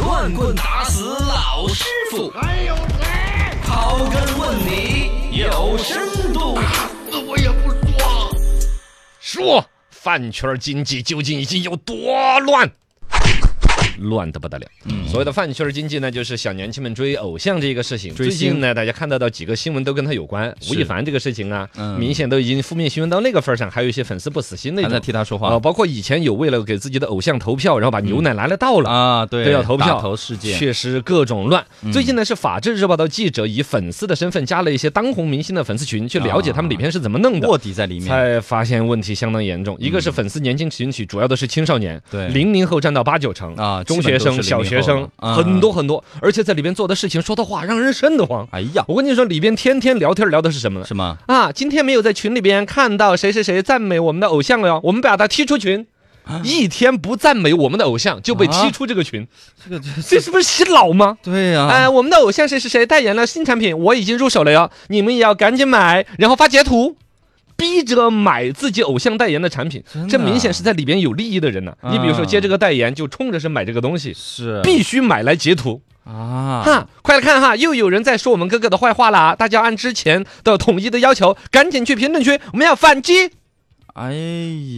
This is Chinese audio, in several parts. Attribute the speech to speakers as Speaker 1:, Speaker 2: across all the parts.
Speaker 1: 乱棍打死老师傅，
Speaker 2: 还有谁？
Speaker 1: 刨根问底有深度。
Speaker 2: 死我也不说。
Speaker 3: 说饭圈经济究竟已经有多乱？乱的不得了。
Speaker 4: 嗯
Speaker 3: 所谓的饭圈经济呢，就是小年轻们追偶像这个事情。
Speaker 4: 追
Speaker 3: 最近
Speaker 4: 星
Speaker 3: 呢，大家看到到几个新闻都跟他有关。吴亦凡这个事情啊，
Speaker 4: 嗯
Speaker 3: 明显都已经负面新闻到那个份儿上，还有一些粉丝不死心那
Speaker 4: 还在
Speaker 3: 种。
Speaker 4: 替他说
Speaker 3: 啊，
Speaker 4: 话
Speaker 3: 包括以前有为了给自己的偶像投票，然后把牛奶拿来倒了。
Speaker 4: 啊？对，
Speaker 3: 都要投票，
Speaker 4: 打头事件，嗯
Speaker 3: 确实各种乱。最近呢，是《法制日报》的记者以粉丝的身份加了一些当红明星的粉丝群，去了解
Speaker 4: 啊
Speaker 3: 他们里边是怎么弄的。
Speaker 4: 卧底在里面。嗯
Speaker 3: 才发现问题相当严重。一个是粉丝年轻群体，主要都是青少年，
Speaker 4: 对
Speaker 3: 零零后占到八九成
Speaker 4: 啊
Speaker 3: 中学
Speaker 4: 基本都
Speaker 3: 生、
Speaker 4: 是
Speaker 3: 小学
Speaker 4: 00
Speaker 3: 生
Speaker 4: 后了啊
Speaker 3: 很多很多，而且在里边做的事情、说的话让人瘆得慌。
Speaker 4: 哎呀，
Speaker 3: 我跟你说，里边天天聊天聊的是什么呢？
Speaker 4: 什么？
Speaker 3: 啊，今天没有在群里边看到谁谁谁赞美我们的偶像了哟，我们把他踢出群。一天不赞美我们的偶像就被踢
Speaker 4: 啊
Speaker 3: 出这个群，
Speaker 4: 这个
Speaker 3: 这是不是洗脑吗？
Speaker 4: 对啊
Speaker 3: 哎，
Speaker 4: 呀，
Speaker 3: 我们的偶像谁谁谁代言了新产品，我已经入手了哟，你们也要赶紧买，然后发截图。逼着买自己偶像代言的产品
Speaker 4: 真，的
Speaker 3: 这明显是在里边有利益的人呢、你比如说
Speaker 4: 啊
Speaker 3: 接这个代言，就冲着是买这个东西，
Speaker 4: 是
Speaker 3: 必须买来截图
Speaker 4: 啊，
Speaker 3: 哈！快来看哈，又有人在说我们哥哥的坏话啦！大家按之前的统一的要求，赶紧去评论区，我们要反击！
Speaker 4: 哎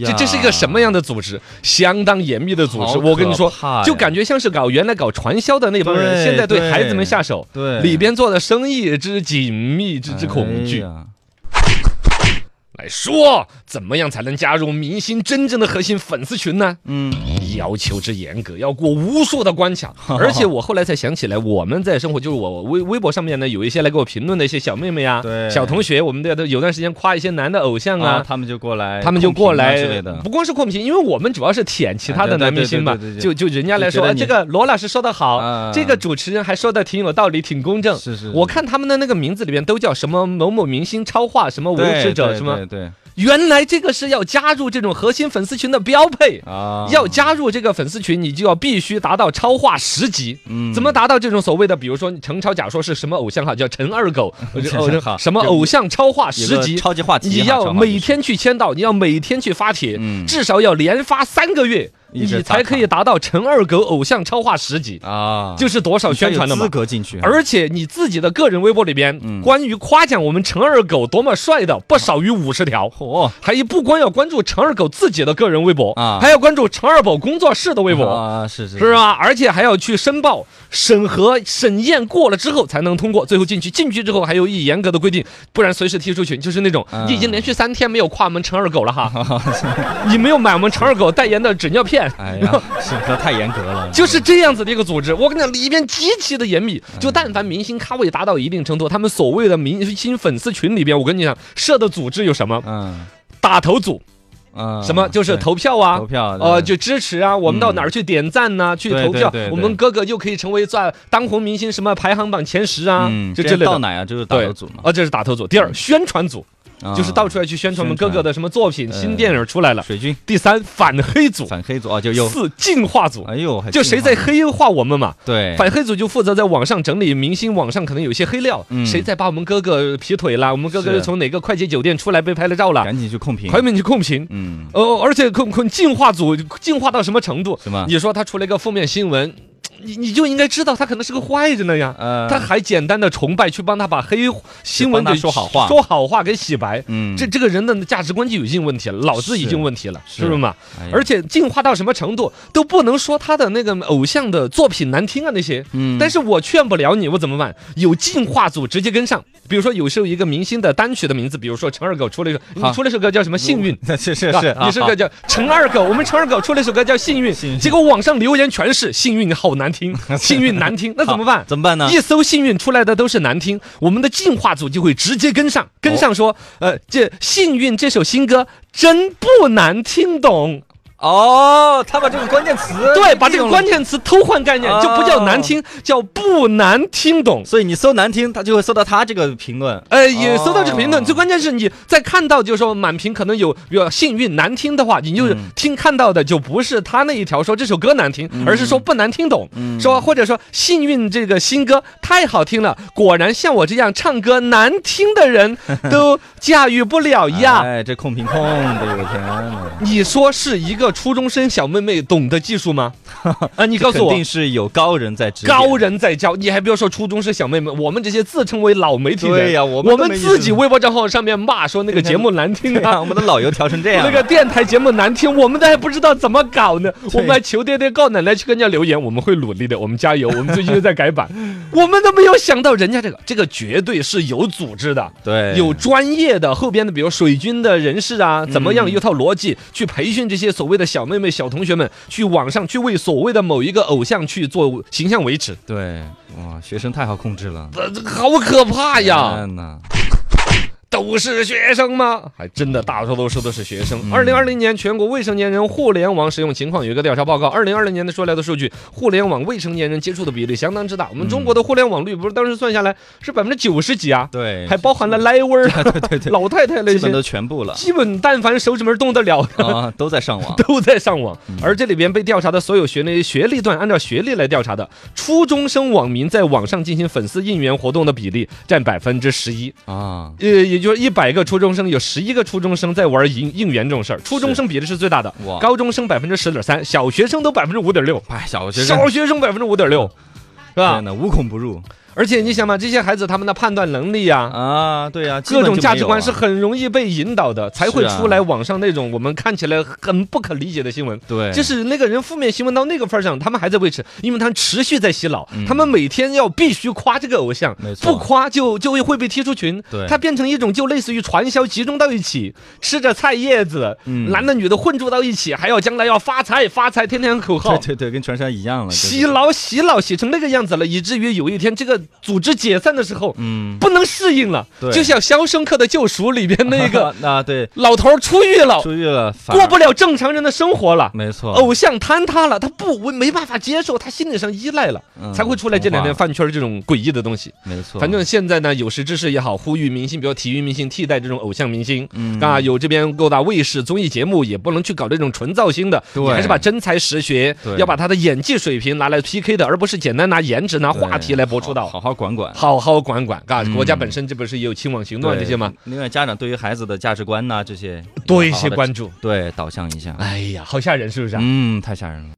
Speaker 4: 呀，
Speaker 3: 这这是一个什么样的组织？相当严密的组
Speaker 4: 好
Speaker 3: 织，我跟你说
Speaker 4: 可怕呀，
Speaker 3: 就感觉像是搞原来搞传销的那帮人，
Speaker 4: 对
Speaker 3: 现在对
Speaker 4: 对
Speaker 3: 孩子们下手，
Speaker 4: 对
Speaker 3: 里边做的生意之紧密之之恐惧嗯
Speaker 4: 哎。呀
Speaker 3: 来说，怎么样才能加入明星真正的核心粉丝群呢？
Speaker 4: 嗯，
Speaker 3: 要求之严格，要过无数的关 卡。而且我后来才想起来，我们在生活，就是我微微博上面呢，有一些来给我评论的一些小妹妹啊
Speaker 4: 对、
Speaker 3: 小同学，我们的都有段时间夸一些男的偶像
Speaker 4: 啊，
Speaker 3: 啊。
Speaker 4: 他们就过来，
Speaker 3: 他们就过来
Speaker 4: 控评啊之类的，
Speaker 3: 不光是控评，因为我们主要是舔其他的
Speaker 4: 啊对对
Speaker 3: 男明星嘛
Speaker 4: 对对，对
Speaker 3: 就
Speaker 4: 对
Speaker 3: 就人家来说，
Speaker 4: 就觉得
Speaker 3: 哎
Speaker 4: 你
Speaker 3: 这个罗老师说的好
Speaker 4: 啊，
Speaker 3: 这个主持人还说的挺有道理，挺公正。
Speaker 4: 是是是
Speaker 3: 我看他们的那个名字里边都叫什么某某明星超话，什么无
Speaker 4: 对
Speaker 3: 耻者，
Speaker 4: 对
Speaker 3: 什么
Speaker 4: 对对
Speaker 3: 原来这个是要加入这种核心粉丝群的标配。
Speaker 4: 啊，
Speaker 3: 要加入这个粉丝群，你就要必须达到超话十级。
Speaker 4: 嗯
Speaker 3: 怎么达到这种所谓的，比如说陈超假说是什么偶像哈，叫陈二 狗，呃这
Speaker 4: 陈好
Speaker 3: 什么偶像超话十
Speaker 4: 有
Speaker 3: 级
Speaker 4: 个。超级话题哈，
Speaker 3: 你
Speaker 4: 超
Speaker 3: 要
Speaker 4: 话题
Speaker 3: 每天去签到，你要每天去发帖，
Speaker 4: 嗯
Speaker 3: 至少要连发三个月，
Speaker 4: 一
Speaker 3: 你
Speaker 4: 直打
Speaker 3: 才可以达到陈二狗偶像超话十级，
Speaker 4: 啊，
Speaker 3: 就是多少宣传的
Speaker 4: 你才
Speaker 3: 嘛
Speaker 4: 有资。格嗯进去，
Speaker 3: 而且你自己的个人微博里边，关于夸奖我们陈二狗多么帅的，不少于五十条。
Speaker 4: 火
Speaker 3: 还一不光要关注陈二狗自己的个人微博
Speaker 4: 啊
Speaker 3: 还要关注陈二狗工作室的微博，
Speaker 4: 啊，是是
Speaker 3: 是？吧？而且还要去申报、审核、审验过了之后才能通过，最后进去。进去之后还有一严格的规定，不然随时踢出群。就是那种、你已经连续三天没有夸我们陈二狗了哈， 你没有买我们陈二狗代言的纸尿片。
Speaker 4: 哎呀，审核太严格了，
Speaker 3: 就是这样子的一个组织，我跟你讲，里面极其的严密。就但凡明星咖位达到一定程度，他们所谓的明星粉丝群里边，我跟你讲，设的组织有什么？
Speaker 4: 嗯
Speaker 3: 打头组，
Speaker 4: 嗯，
Speaker 3: 什么就是投票啊，
Speaker 4: 投票
Speaker 3: 呃，就
Speaker 4: 对
Speaker 3: 支持啊，我们到哪儿去点赞呐，去
Speaker 4: 对
Speaker 3: 投票
Speaker 4: 嗯对对，对
Speaker 3: 我们哥哥又可以成为在当红明星什么排行榜前十啊
Speaker 4: 嗯，，
Speaker 3: 就
Speaker 4: 这
Speaker 3: 之类
Speaker 4: 到
Speaker 3: 的。
Speaker 4: 哪啊？就是打
Speaker 3: 对
Speaker 4: 头组嘛，
Speaker 3: 哦，这是打头组。第二，宣传组
Speaker 4: 啊
Speaker 3: 就是到处要去宣传我们哥哥的什么作品、
Speaker 4: 传
Speaker 3: 新电影出来了。
Speaker 4: 啊水军
Speaker 3: 第三，反黑组。
Speaker 4: 反黑组啊，就又
Speaker 3: 四，净化组。
Speaker 4: 哎呦，还
Speaker 3: 就谁在
Speaker 4: 进哎
Speaker 3: 黑化我们嘛？
Speaker 4: 化对
Speaker 3: 反黑组就负责在网上整理明星网上可能有一些黑料，
Speaker 4: 嗯
Speaker 3: 谁在把我们哥哥劈腿啦？我们哥哥
Speaker 4: 是
Speaker 3: 又从哪个快捷酒店出来被拍了照了？
Speaker 4: 赶紧去控评，
Speaker 3: 快点去控评。
Speaker 4: 嗯，
Speaker 3: 哦，而且控控进化组进化到什么程度？
Speaker 4: 什么
Speaker 3: 你说他出了一个负面新闻，你你就应该知道他可能是个坏人了呀。
Speaker 4: 呃
Speaker 3: 他还简单的崇拜去帮他把黑新闻
Speaker 4: 帮他
Speaker 3: 给
Speaker 4: 说好话
Speaker 3: 说好话给洗白。
Speaker 4: 嗯
Speaker 3: 这这个人的价值观就已经有问题了，脑子已
Speaker 4: 是
Speaker 3: 经有问题了，是
Speaker 4: 是
Speaker 3: 不是嘛？
Speaker 4: 哎呀
Speaker 3: 而且进化到什么程度都不能说他的那个偶像的作品难听啊那些。
Speaker 4: 嗯
Speaker 3: 但是我劝不了你，我怎么办？有进化组直接跟上，比如说有时候一个明星的单曲的名字，比如说陈二狗出了一首，你
Speaker 4: 好
Speaker 3: 出了一首歌叫什么《幸运》，
Speaker 4: 是是
Speaker 3: 啊
Speaker 4: 是，
Speaker 3: 你是个叫陈二狗，我们陈二狗出了一首歌叫《幸运
Speaker 4: 幸》，运
Speaker 3: 结果网上留言全是“幸运好难 听，幸运难听”，那怎么办？
Speaker 4: 怎么办呢？
Speaker 3: 一搜“幸运”出来的都是难听，我们的进化组就会直接跟
Speaker 4: 哦
Speaker 3: 上，跟上说，呃，这《幸运》这首新歌真不难听懂，
Speaker 4: 哦，他把这个关键词
Speaker 3: 对，把这个关，键词偷换概念，就不叫难
Speaker 4: 啊
Speaker 3: 听，叫不难听懂。
Speaker 4: 所以你搜难听，他就会搜到他这个评论。
Speaker 3: 呃，也搜到这个评论，
Speaker 4: 哦
Speaker 3: 最关键是你在看到就是说满屏可能有有幸运难听的话，你就是听看到的就不是他那一条说这首歌难听，而是说不难听懂，说或者说幸运这个新歌太好听了，果然像我这样唱歌难听的人都驾驭不了呀。
Speaker 4: 哎哎，这控评控的，我天呐！
Speaker 3: 你说是一个个初中生小妹妹懂得技术吗？啊，你告
Speaker 4: 肯
Speaker 3: 诉我
Speaker 4: 定。是有高人在指点
Speaker 3: 高人在教，你还不要说初中生小妹妹，我们这些自称为老媒体人，
Speaker 4: 对呀
Speaker 3: 我
Speaker 4: 我们都没意思
Speaker 3: 自己微博账号上面骂说那个节目难听
Speaker 4: 对
Speaker 3: 啊
Speaker 4: 啊，，我们的老油条成这样，
Speaker 3: 那个电台节目难听，我们都还不知道怎么搞呢。我
Speaker 4: 哎对
Speaker 3: 们还求爹爹告奶奶去跟人家留言，我们会努力的，我们加油。我们最近又在改 版，我们都没有想到人家这个，这个绝对是有组织的，
Speaker 4: 对
Speaker 3: 有专业的后边的，比如水军的人士啊，
Speaker 4: 嗯
Speaker 3: 怎么样一套逻辑去培训这些所谓的小妹妹、小同学们，去网上去为所谓的某一个偶像去做形象维持，
Speaker 4: 对哇，学生太好控制了。
Speaker 3: 呃这个好可怕哎呀！
Speaker 4: 天呐，
Speaker 3: 都是学生吗？嗯还真的，大多数都是学生。二零二零年全国未成年人互联网使用情况有一个调查报告，二零二零年的出来的数据，互联网未成年人接触的比例相当之大。我们中国的互联网率不是当时算下来是百分之九十几啊？
Speaker 4: 对，
Speaker 3: 还包含了奶味儿、
Speaker 4: 对 对对，
Speaker 3: 老太太那
Speaker 4: 基本都
Speaker 3: 些，
Speaker 4: 全部 了
Speaker 3: 基本但凡手指门动得了的。
Speaker 4: 啊，都在上网。
Speaker 3: 都在上网，而这里边被调查的所有学历学历段，按照学历来调查的，初中生网民在网上进行粉丝应援活动的比例占百分之十一，
Speaker 4: 啊，
Speaker 3: 呃，也就是一百个初中生，有十一个初中生在玩应应援这种事儿，初中生比例是最大的，
Speaker 4: 哇
Speaker 3: 高中生百分之十点三，小学生都百分之五点六，
Speaker 4: 哎，小学生
Speaker 3: 小学生百分之五点六，是吧
Speaker 4: 真？的无孔不入
Speaker 3: 而且你想嘛，这些孩子他们的判断能力呀、
Speaker 4: 啊，对啊，基
Speaker 3: 各
Speaker 4: 本
Speaker 3: 种
Speaker 4: 就
Speaker 3: 价
Speaker 4: 没
Speaker 3: 值
Speaker 4: 有
Speaker 3: 观
Speaker 4: 啊
Speaker 3: 是很容易被引导的，才会
Speaker 4: 是啊
Speaker 3: 出来网上那种我们看起来很不可理解的新闻。
Speaker 4: 对，
Speaker 3: 就是那个人负面新闻到那个份儿上，他们还在维持，因为他们持续在洗脑，
Speaker 4: 嗯
Speaker 3: 他们每天要必须夸这个偶像
Speaker 4: 没，错
Speaker 3: 不夸就就会会被踢出群。
Speaker 4: 对
Speaker 3: 它变成一种就类似于传销集中到一起，吃着菜叶子，
Speaker 4: 嗯
Speaker 3: 男的女的混住到一起，还要将来要发财发财，天天喊口号
Speaker 4: 对。对对，跟传销一样了。就是
Speaker 3: 洗脑洗脑洗成那个样子了，以至于有一天这个组织解散的时候，
Speaker 4: 嗯，
Speaker 3: 不能适应了，
Speaker 4: 对
Speaker 3: 就像《肖申克的救赎》里边那 个
Speaker 4: 啊，对，
Speaker 3: 老头儿出狱了，
Speaker 4: 出狱了，反
Speaker 3: 过不哦了正常人的生活了。
Speaker 4: 没错，
Speaker 3: 偶像坍塌了，他不我没办法接受，他心理上依赖了，
Speaker 4: 嗯
Speaker 3: 才会出来这两天饭圈这种诡异的东西。
Speaker 4: 没错，
Speaker 3: 反正现在呢，有识之士也好，呼吁明星，比如体育明星替代这种偶像明星。
Speaker 4: 嗯
Speaker 3: 啊，有这边各大卫视综艺节目也不能去搞这种纯造星的，
Speaker 4: 对
Speaker 3: 你还是把真才实学
Speaker 4: 对，
Speaker 3: 要把他的演技水平拿来 PK 的，而不是简单拿颜值、拿话题来博出
Speaker 4: 好
Speaker 3: 道。
Speaker 4: 好好管管。
Speaker 3: 好好管管，啊，
Speaker 4: 嗯
Speaker 3: 国家本身这不是也有清网行动啊
Speaker 4: 对
Speaker 3: 这些吗？？
Speaker 4: 另外，家长对于孩子的价值观呐、这些
Speaker 3: 多一
Speaker 4: 好好
Speaker 3: 些
Speaker 4: 地
Speaker 3: 关注。
Speaker 4: 对导向一下。
Speaker 3: 哎哎呀，好吓人，是不是啊？
Speaker 4: 嗯，太吓人了。